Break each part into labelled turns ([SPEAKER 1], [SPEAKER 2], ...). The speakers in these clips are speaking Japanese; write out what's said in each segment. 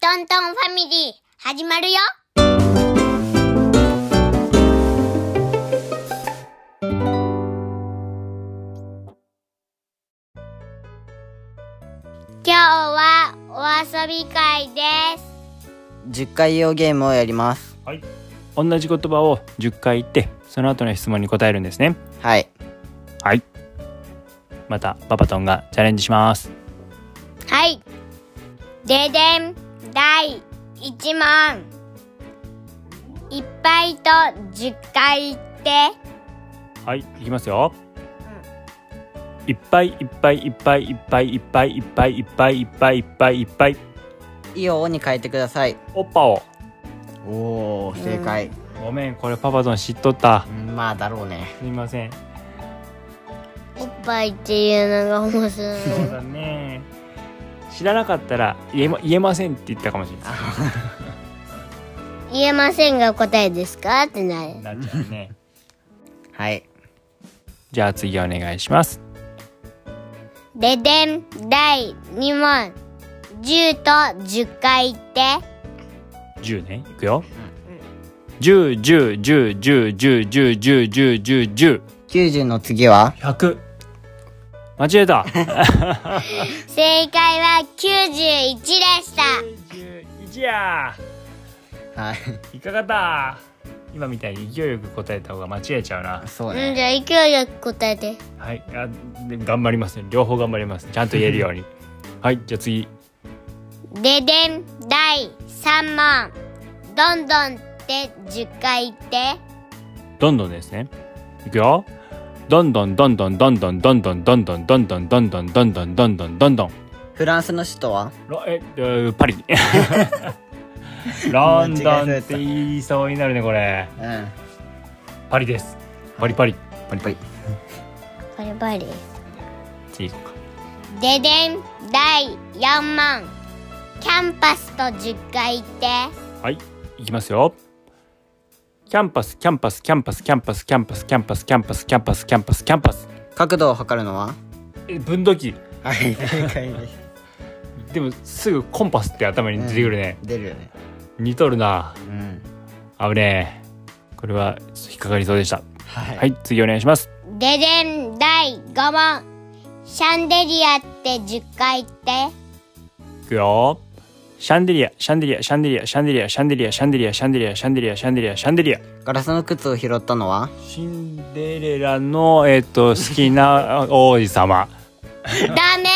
[SPEAKER 1] トントンファミリー、始まるよ今日はお遊び会です。
[SPEAKER 2] 10回用ゲームをやります
[SPEAKER 3] 同じ言葉を10回言ってその後の質問に答えるんですね
[SPEAKER 2] はい
[SPEAKER 3] はいまたパパトンがチャレンジします
[SPEAKER 1] はい。ででん、第1問。いっぱいと10回言って。
[SPEAKER 3] はいいきますよ、いっぱいいっぱいいっぱいいっぱいいっぱいいっぱいいっぱいいっぱいいっぱいいっぱい
[SPEAKER 2] イオに変えてください
[SPEAKER 3] おっぱを
[SPEAKER 2] おお正解、
[SPEAKER 3] ごめんこれパパトン知っとった
[SPEAKER 2] うんまあだろうね
[SPEAKER 3] すいません
[SPEAKER 1] おっぱいっていうのが面白い。
[SPEAKER 3] そうだね知らなかったら言え,、ま、言えませんって言ったかもしれない
[SPEAKER 1] 言えませんが答えですかってなる。
[SPEAKER 3] なっちゃうね
[SPEAKER 2] はい
[SPEAKER 3] じゃあ次お願いします
[SPEAKER 1] ででん、第2問。10と10回言って。
[SPEAKER 3] 10ねいくよ10 1 0 1 0 1 0 1 0 1 0 1 0 1 0
[SPEAKER 2] 90の次は
[SPEAKER 3] 100間違えた
[SPEAKER 1] 正解は91でした。
[SPEAKER 3] 91や
[SPEAKER 2] はい
[SPEAKER 3] いかがだ今みたいに勢いよく答えた方が間違えちゃうな
[SPEAKER 2] そう
[SPEAKER 1] うん、
[SPEAKER 2] ね
[SPEAKER 1] じゃあ勢いよく答えて。
[SPEAKER 3] はいあで頑張ります両方頑張りますちゃんと言える ようにはいじゃあ次
[SPEAKER 1] ででん、第3問。どんどんって10回言って。
[SPEAKER 3] どんどんですねいくよどんどんどんどんどんどんどんどんどんどんどんどんどんどんどんどんどんどんどんどん
[SPEAKER 2] フランスの首都は
[SPEAKER 3] ロええーパリ ロンドンって言いそうになるねこれ
[SPEAKER 2] うん
[SPEAKER 3] パリですパリパリ
[SPEAKER 2] パリパリ
[SPEAKER 1] これバリ。
[SPEAKER 3] 次行こうか
[SPEAKER 1] ででん、第4問。キャンパスと10回言って。
[SPEAKER 3] はい、いきますよ。キャンパス、キャンパス、キャンパス、キャンパス、キャンパス、キャンパス、キャンパス、キャンパス、キャンパス、キャンパス。
[SPEAKER 2] 角度を測るのは
[SPEAKER 3] え、分度器。
[SPEAKER 2] はい正解です
[SPEAKER 3] でも、すぐコンパスって頭に出てくるね。
[SPEAKER 2] 出るよね
[SPEAKER 3] 似とるな。
[SPEAKER 2] うん
[SPEAKER 3] 危ねえ。これは、ちょっと引っかかりそうでした。
[SPEAKER 2] はい、
[SPEAKER 3] はい、次お願いします。
[SPEAKER 1] ででん第5問シャンデリアって10回言って
[SPEAKER 3] いくよ。シャンデリア、シャンデリア、シャンデリア、シャンデリア、シャンデリア、シャンデリア、シャンデリア、シャンデリア、シャンデリア、シャンデリア。
[SPEAKER 2] ガラスの靴を拾ったのは
[SPEAKER 3] シンデレラの、えっ と、好きな王子様。
[SPEAKER 1] ダメ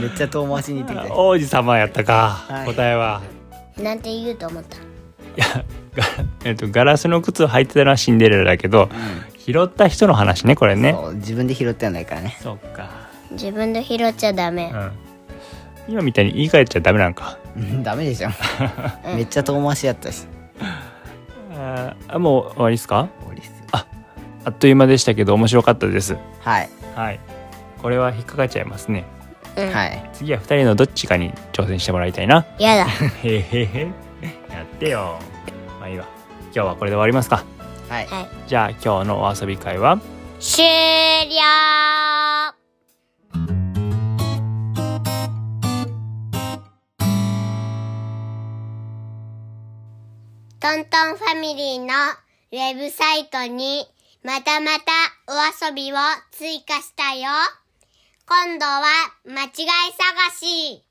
[SPEAKER 2] めっちゃ遠回しに似てきた
[SPEAKER 3] 王子様やったか
[SPEAKER 2] は。い
[SPEAKER 3] 答えは。
[SPEAKER 1] なんて言うと思った
[SPEAKER 3] がえっと、ガラスの靴を履いてたのはシンデレラだけど、拾った人の話ねこれね
[SPEAKER 2] そう自分で拾ってはないからね
[SPEAKER 3] そっか、
[SPEAKER 1] 自分で拾っちゃダメ
[SPEAKER 3] うん、今みたいに言い換えちゃダメなんか
[SPEAKER 2] うん ダメでしょ めっちゃ遠回しやったし
[SPEAKER 3] あーもう終わりですか
[SPEAKER 2] オリス
[SPEAKER 3] あっという間でしたけど面白かったです
[SPEAKER 2] はい、
[SPEAKER 3] はいこれは引っかかっちゃいますね
[SPEAKER 1] うん
[SPEAKER 2] はい
[SPEAKER 3] 次は2人のどっちかに挑戦してもらいたいな
[SPEAKER 1] やだ
[SPEAKER 3] へへへやってよまあいいわ今日はこれで終わりますか
[SPEAKER 2] はい
[SPEAKER 1] はい
[SPEAKER 3] じゃあ今日のお遊び会は
[SPEAKER 1] 終了トントンファミリーのウェブサイトにまたまたお遊びを追加したよ。今度は間違い探し。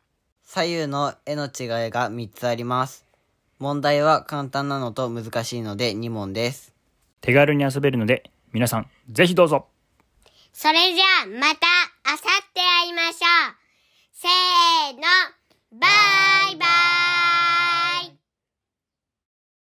[SPEAKER 2] 左右の絵の違いが3つあります。問題は簡単なのと難しいので2問です。
[SPEAKER 3] 手軽に遊べるので皆さんぜひどうぞ
[SPEAKER 1] それじゃあまた明後日会いましょう。せー